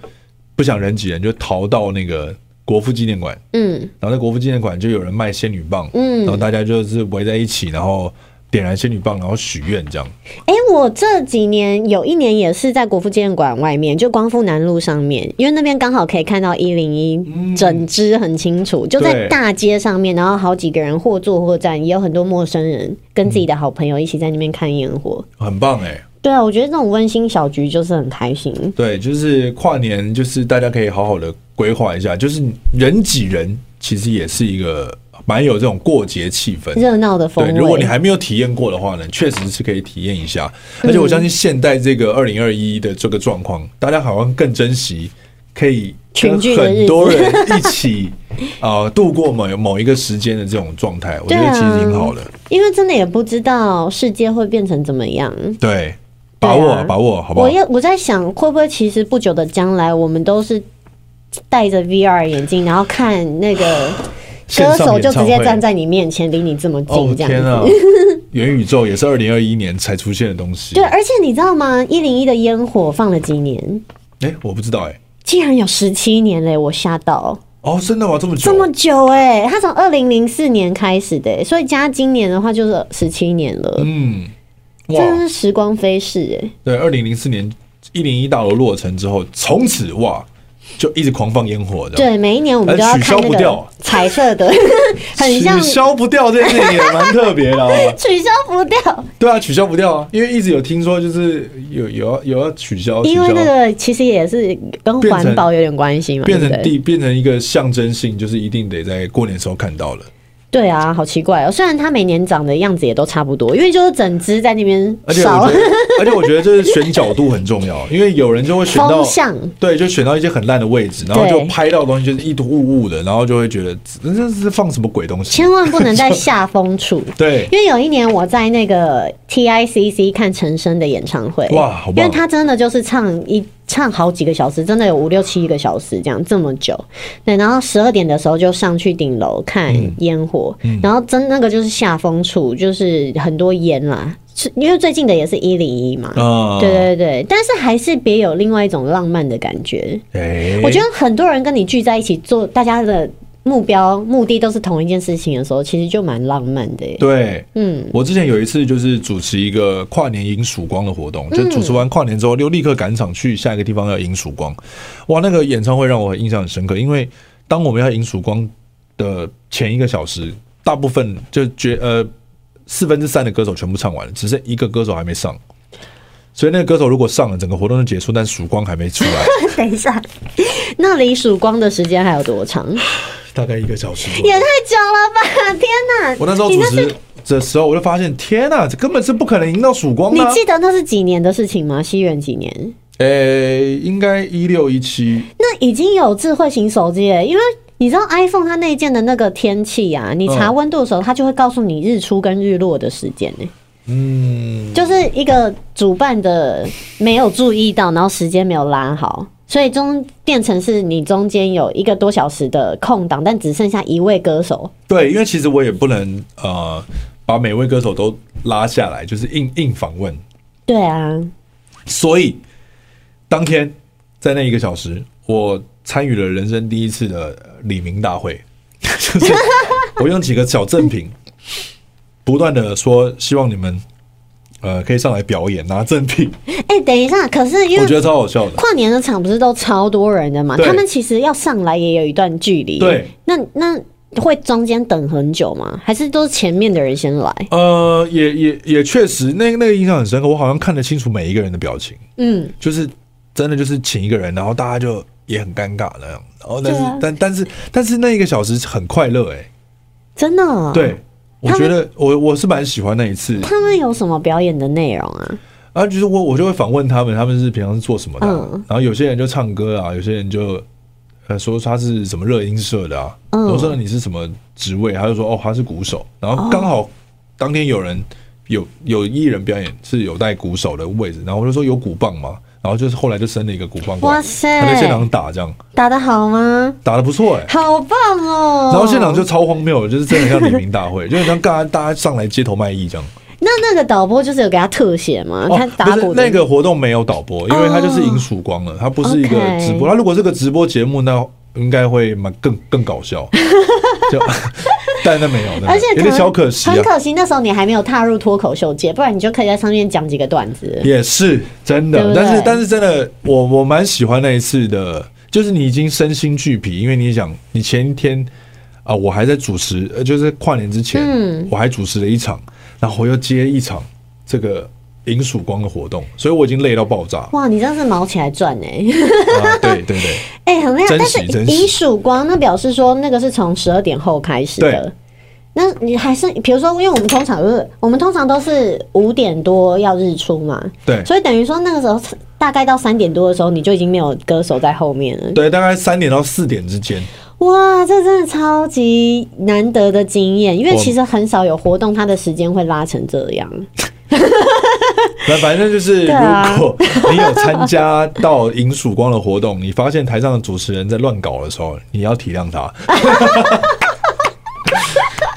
[SPEAKER 2] 不想人挤人，就逃到那个国父纪念馆，
[SPEAKER 1] 嗯，
[SPEAKER 2] 然后在国父纪念馆就有人卖仙女棒，
[SPEAKER 1] 嗯
[SPEAKER 2] 然后大家就是围在一起，然后点燃仙女棒，然后许愿这样。
[SPEAKER 1] 哎、我这几年有一年也是在国父纪念馆外面，就光复南路上面，因为那边刚好可以看到一零一整只很清楚，就在大街上面，然后好几个人或坐或站，也有很多陌生人跟自己的好朋友一起在那边看烟火。
[SPEAKER 2] 很棒哎、
[SPEAKER 1] 对啊，我觉得这种温馨小局就是很开心。
[SPEAKER 2] 对，就是跨年，就是大家可以好好的规划一下，就是人挤人，其实也是一个蛮有这种过节气氛。
[SPEAKER 1] 热闹的风
[SPEAKER 2] 对，
[SPEAKER 1] 味。
[SPEAKER 2] 如果你还没有体验过的话呢，确实是可以体验一下。而且我相信现代这个二零二一的这个状况，大家好像更珍惜可以
[SPEAKER 1] 群聚的
[SPEAKER 2] 很
[SPEAKER 1] 日子，
[SPEAKER 2] 多人一起呃度过某某一个时间的这种状态，我觉得
[SPEAKER 1] 对啊
[SPEAKER 2] 其实挺好的。
[SPEAKER 1] 因为真的也不知道世界会变成怎么样。
[SPEAKER 2] 对，把握、
[SPEAKER 1] 对啊
[SPEAKER 2] 把握，好不好
[SPEAKER 1] 我？也我在想，会不会其实不久的将来，我们都是戴着 VR 眼镜，然后看那
[SPEAKER 2] [LAUGHS]
[SPEAKER 1] 个
[SPEAKER 2] 线
[SPEAKER 1] 歌
[SPEAKER 2] 上
[SPEAKER 1] 手就
[SPEAKER 2] 演唱
[SPEAKER 1] 直
[SPEAKER 2] 会
[SPEAKER 1] 接站在你面前，离你这么
[SPEAKER 2] 哦
[SPEAKER 1] 近，这
[SPEAKER 2] 天
[SPEAKER 1] 样 [LAUGHS]
[SPEAKER 2] 啊
[SPEAKER 1] 子。！
[SPEAKER 2] 元宇宙也是二零二一年才出现的东西。
[SPEAKER 1] 对，而且你知道吗？一零一的烟火放了几年，
[SPEAKER 2] 哎、我不知道哎、
[SPEAKER 1] 竟然有十七年嘞！我吓到，
[SPEAKER 2] 哦，真的吗？这么久？
[SPEAKER 1] 这么久哎、它从二零零四年开始的、所以加今年的话就是十七年了，
[SPEAKER 2] 嗯，哇，
[SPEAKER 1] 真的是时光飞逝哎、
[SPEAKER 2] 对，二零零四年一零一大楼落成之后，从此哇，就一直狂放烟火的，，
[SPEAKER 1] 对，每一年我们都要
[SPEAKER 2] 呃取消
[SPEAKER 1] 看那
[SPEAKER 2] 不掉
[SPEAKER 1] 个彩色
[SPEAKER 2] [LAUGHS]
[SPEAKER 1] 的，很像
[SPEAKER 2] 取消不掉这件事情也蛮特别的、啊。
[SPEAKER 1] 取消不掉，
[SPEAKER 2] 对啊，取消不掉啊，因为一直有听说就是有有要有要取消，取
[SPEAKER 1] 因
[SPEAKER 2] 消
[SPEAKER 1] 为那个其实也是跟
[SPEAKER 2] 变
[SPEAKER 1] 环
[SPEAKER 2] 成
[SPEAKER 1] 保有点关系嘛，
[SPEAKER 2] 变成
[SPEAKER 1] 对不对
[SPEAKER 2] 地变成一个象征性，就是一定得在过年的时候看到了。
[SPEAKER 1] 对啊，好奇怪哦。虽然它每年长的样子也都差不多，因为就是整只在那边
[SPEAKER 2] 而且我
[SPEAKER 1] 烧 [LAUGHS]
[SPEAKER 2] 觉得，而且我觉得这是选角度很重要，因为有人就会选到
[SPEAKER 1] 风向
[SPEAKER 2] 对，就选到一些很烂的位置，然后就
[SPEAKER 1] 对
[SPEAKER 2] 拍到的东西就是一坨雾雾的，然后就会觉得这这是放什么鬼东西？
[SPEAKER 1] 千万不能在下风处。
[SPEAKER 2] 对，
[SPEAKER 1] 因为有一年我在那个 TICC 看陈升的演唱会，
[SPEAKER 2] 哇好
[SPEAKER 1] 因
[SPEAKER 2] 棒
[SPEAKER 1] 为他真的就是唱一唱好几个小时，真的有五六七个小时这样这么久。对，然后十二点的时候就上去顶楼看
[SPEAKER 2] 嗯
[SPEAKER 1] 烟火，然后真那个就是下风处，就是很多烟啦。是因为最近的也是一零一嘛，
[SPEAKER 2] 啊
[SPEAKER 1] 对对对，但是还是别有另外一种浪漫的感觉。
[SPEAKER 2] 哎，
[SPEAKER 1] 我觉得很多人跟你聚在一起做，大家的目标目的都是同一件事情的时候，其实就蛮浪漫的耶。
[SPEAKER 2] 对。
[SPEAKER 1] 嗯，
[SPEAKER 2] 我之前有一次就是主持一个跨年迎曙光的活动，就主持完跨年之后，又立刻赶场去下一个地方要迎曙光。哇，那个演唱会让我印象很深刻，因为当我们要迎曙光的前一个小时，大部分就绝呃四分之三的歌手全部唱完了，只剩一个歌手还没上。所以那个歌手如果上了，整个活动就结束，但曙光还没
[SPEAKER 1] [LAUGHS]
[SPEAKER 2] 出来，
[SPEAKER 1] 等一下，那离曙光的时间还有多
[SPEAKER 2] [LAUGHS]
[SPEAKER 1] 长？
[SPEAKER 2] 大概一个小
[SPEAKER 1] [LAUGHS]
[SPEAKER 2] 时左右
[SPEAKER 1] 也。太久了吧！天哪！
[SPEAKER 2] 我那时候
[SPEAKER 1] 你
[SPEAKER 2] 主
[SPEAKER 1] 那是
[SPEAKER 2] 持的时候，我就发现，天呐，这根本是不可能赢到曙光
[SPEAKER 1] 你
[SPEAKER 2] 的啊、
[SPEAKER 1] 记得那是几年的事情吗？西元几年？
[SPEAKER 2] 呃、应该一六一七，
[SPEAKER 1] 那已经有智慧型手机了，因为你知道 iPhone 它内建的那个天气啊，你查温度的时候，它就会告诉你日出跟日落的时间呢、
[SPEAKER 2] 嗯，
[SPEAKER 1] 就是一个主办的没有注意到，然后时间没有拉好，所以中变成是你中间有一个多小时的空档，但只剩下一位歌手。
[SPEAKER 2] 对，因为其实我也不能呃把每位歌手都拉下来，就是硬硬访问，
[SPEAKER 1] 对啊，
[SPEAKER 2] 所以当天在那一个小时，我参与了人生第一次的李明大会， [LAUGHS] 就是我用几个小赠品，不断的说希望你们呃可以上来表演拿赠品，
[SPEAKER 1] 哎、等一下，可是因
[SPEAKER 2] 我觉
[SPEAKER 1] 为。
[SPEAKER 2] 得超好笑的。
[SPEAKER 1] 跨年的场不是都超多人的嘛？
[SPEAKER 2] 对
[SPEAKER 1] 他们其实要上来也有一段距离。
[SPEAKER 2] 对，
[SPEAKER 1] 那那会中间等很久吗？还是都是前面的人先来？
[SPEAKER 2] 呃，也也也确实，那那个印象很深刻，我好像看得清楚每一个人的表情，
[SPEAKER 1] 嗯，
[SPEAKER 2] 就是真的就是请一个人，然后大家就也很尴尬那样，然后但是、
[SPEAKER 1] 对啊
[SPEAKER 2] 但但是但是那一个小时很快乐哎、
[SPEAKER 1] 真的、哦。。
[SPEAKER 2] 对，我
[SPEAKER 1] 他
[SPEAKER 2] 觉
[SPEAKER 1] 们
[SPEAKER 2] 得我我是蛮喜欢那一次，
[SPEAKER 1] 他们有什么表演的内容啊？
[SPEAKER 2] 然后就是我我就会访问他们，他们是平常是做什么的啊、
[SPEAKER 1] 嗯
[SPEAKER 2] 然后有些人就唱歌啊，有些人就呃说他是什么热音社的啊，
[SPEAKER 1] 嗯
[SPEAKER 2] 我说那你是什么职位，他就说哦他是鼓手，然后刚好当天有人有有艺人表演是有带鼓手的位置，然后我就说有鼓棒嘛，然后就是后来就升了一个鼓棒过来，
[SPEAKER 1] 哇塞
[SPEAKER 2] 他在现场打这样
[SPEAKER 1] 打得好吗？
[SPEAKER 2] 打的不错哎、
[SPEAKER 1] 好棒哦！
[SPEAKER 2] 然后现场就超荒谬的，就是真的像李明
[SPEAKER 1] [LAUGHS]
[SPEAKER 2] 大会，就很像大家大家上来街头卖艺这样。
[SPEAKER 1] 那那个导播就是有给他特写嘛，
[SPEAKER 2] 哦
[SPEAKER 1] 他打
[SPEAKER 2] 不
[SPEAKER 1] 鼓
[SPEAKER 2] 是
[SPEAKER 1] 的哦
[SPEAKER 2] 那个活动没有导播，因为它就是迎曙光了，它不是一个
[SPEAKER 1] OK
[SPEAKER 2] 直播。它如果是个直播节目，那应该会蛮更更
[SPEAKER 1] [LAUGHS]
[SPEAKER 2] 搞笑，就 [LAUGHS] 但那没有，那没有
[SPEAKER 1] 而且
[SPEAKER 2] 有
[SPEAKER 1] 可
[SPEAKER 2] 点
[SPEAKER 1] 能
[SPEAKER 2] 小可惜啊
[SPEAKER 1] 很。可惜那时候你还没有踏入脱口秀界，不然你就可以在上面讲几个段子。
[SPEAKER 2] [LAUGHS] 也是真
[SPEAKER 1] 对
[SPEAKER 2] 的，
[SPEAKER 1] 不对
[SPEAKER 2] 但是但是真的，我我蛮喜欢那一次的，就是你已经身心俱疲，因为你想，你前一天啊、我还在主持，呃，就是跨年之前，
[SPEAKER 1] 嗯。
[SPEAKER 2] 我还主持了一场，然后我又接一场这个迎曙光的活动，所以我已经累到爆炸
[SPEAKER 1] 哇，你真是毛起来赚哎、
[SPEAKER 2] 啊、对对对。
[SPEAKER 1] 哎、很厉害！
[SPEAKER 2] 珍
[SPEAKER 1] 但
[SPEAKER 2] 惜
[SPEAKER 1] 是
[SPEAKER 2] 珍惜
[SPEAKER 1] 以曙光，那表示说那个是从十二点后开始
[SPEAKER 2] 对
[SPEAKER 1] 的。那你还是比如说，因为我们通常就是我们通常都是五点多要日出嘛，[LAUGHS]
[SPEAKER 2] 对
[SPEAKER 1] 所以等于说那个时候大概到三点多的时候，你就已经没有歌手在后面了。
[SPEAKER 2] 对，大概三点到四点之间，
[SPEAKER 1] 哇，这真的超级难得的经验，因为
[SPEAKER 2] 我
[SPEAKER 1] 其实很少有活动，它的时间会拉成这样。
[SPEAKER 2] 那反正就是，
[SPEAKER 1] 对啊
[SPEAKER 2] 如果你有参加到迎曙光的活动，你发现台上的主持人在乱搞的时候，你要体谅他， [LAUGHS]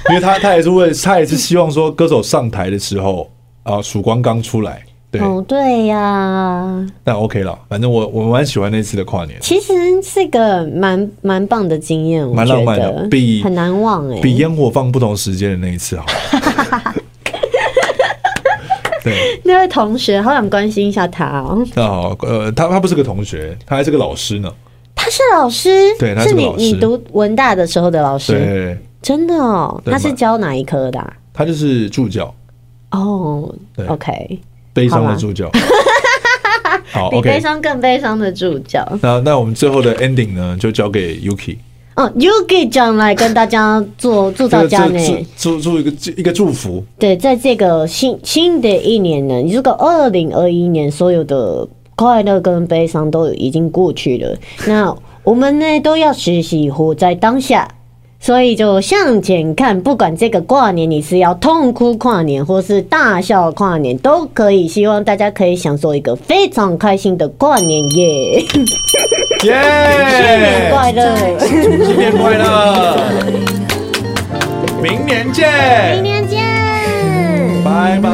[SPEAKER 2] 因为他他也是为他也是希望说歌手上台的时候啊，曙光刚出来，对，
[SPEAKER 1] 哦，对呀、
[SPEAKER 2] 但 OK 了，反正我我蛮喜欢那次的跨年，
[SPEAKER 1] 其实是个蛮蛮棒的经验，我
[SPEAKER 2] 蛮
[SPEAKER 1] 觉
[SPEAKER 2] 浪漫的
[SPEAKER 1] 得
[SPEAKER 2] 比
[SPEAKER 1] 很难忘哎、
[SPEAKER 2] 比烟火放不同时间的那一次好。
[SPEAKER 1] [LAUGHS]
[SPEAKER 2] 对，
[SPEAKER 1] 那位同学，好想关心一下他哦。
[SPEAKER 2] 那好，呃，他他不是个同学，他还是个老师呢。
[SPEAKER 1] 他是老师，
[SPEAKER 2] 对他是
[SPEAKER 1] 是
[SPEAKER 2] 个
[SPEAKER 1] 你
[SPEAKER 2] 老师
[SPEAKER 1] 你读文大的时候的老师，
[SPEAKER 2] 对，
[SPEAKER 1] 真的哦。
[SPEAKER 2] 对
[SPEAKER 1] 他是
[SPEAKER 2] 嘛
[SPEAKER 1] 教哪一科的啊、
[SPEAKER 2] 他就是助教，
[SPEAKER 1] 哦、
[SPEAKER 2] 对
[SPEAKER 1] o k
[SPEAKER 2] 悲伤
[SPEAKER 1] 好
[SPEAKER 2] 的
[SPEAKER 1] 吧
[SPEAKER 2] 助教。
[SPEAKER 1] [LAUGHS]
[SPEAKER 2] 好
[SPEAKER 1] 比悲
[SPEAKER 2] 哦，OK。
[SPEAKER 1] 伤更悲伤的助教。
[SPEAKER 2] 那那我们最后的 ending 呢，就交给 Yuki，
[SPEAKER 1] 哦，Yuki 讲来跟大家做祝大
[SPEAKER 2] 这
[SPEAKER 1] 家
[SPEAKER 2] 这
[SPEAKER 1] 呢。
[SPEAKER 2] 祝祝祝一个祝一个祝福，
[SPEAKER 1] 对，在这个新新的一年呢，这个二零二一年所有的快乐跟悲伤都已经过去了，那我们呢都要学习活在当下。所以就向前看，不管这个跨年你是要痛哭跨年，或是大笑跨年都可以。希望大家可以享受一个非常开心的跨年夜，
[SPEAKER 2] 耶！
[SPEAKER 1] 新年快乐！
[SPEAKER 2] 新年快乐，明年见，
[SPEAKER 1] 明年见。 [LAUGHS]
[SPEAKER 2] 拜拜。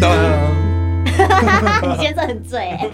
[SPEAKER 2] 当
[SPEAKER 1] 你现在很醉、欸。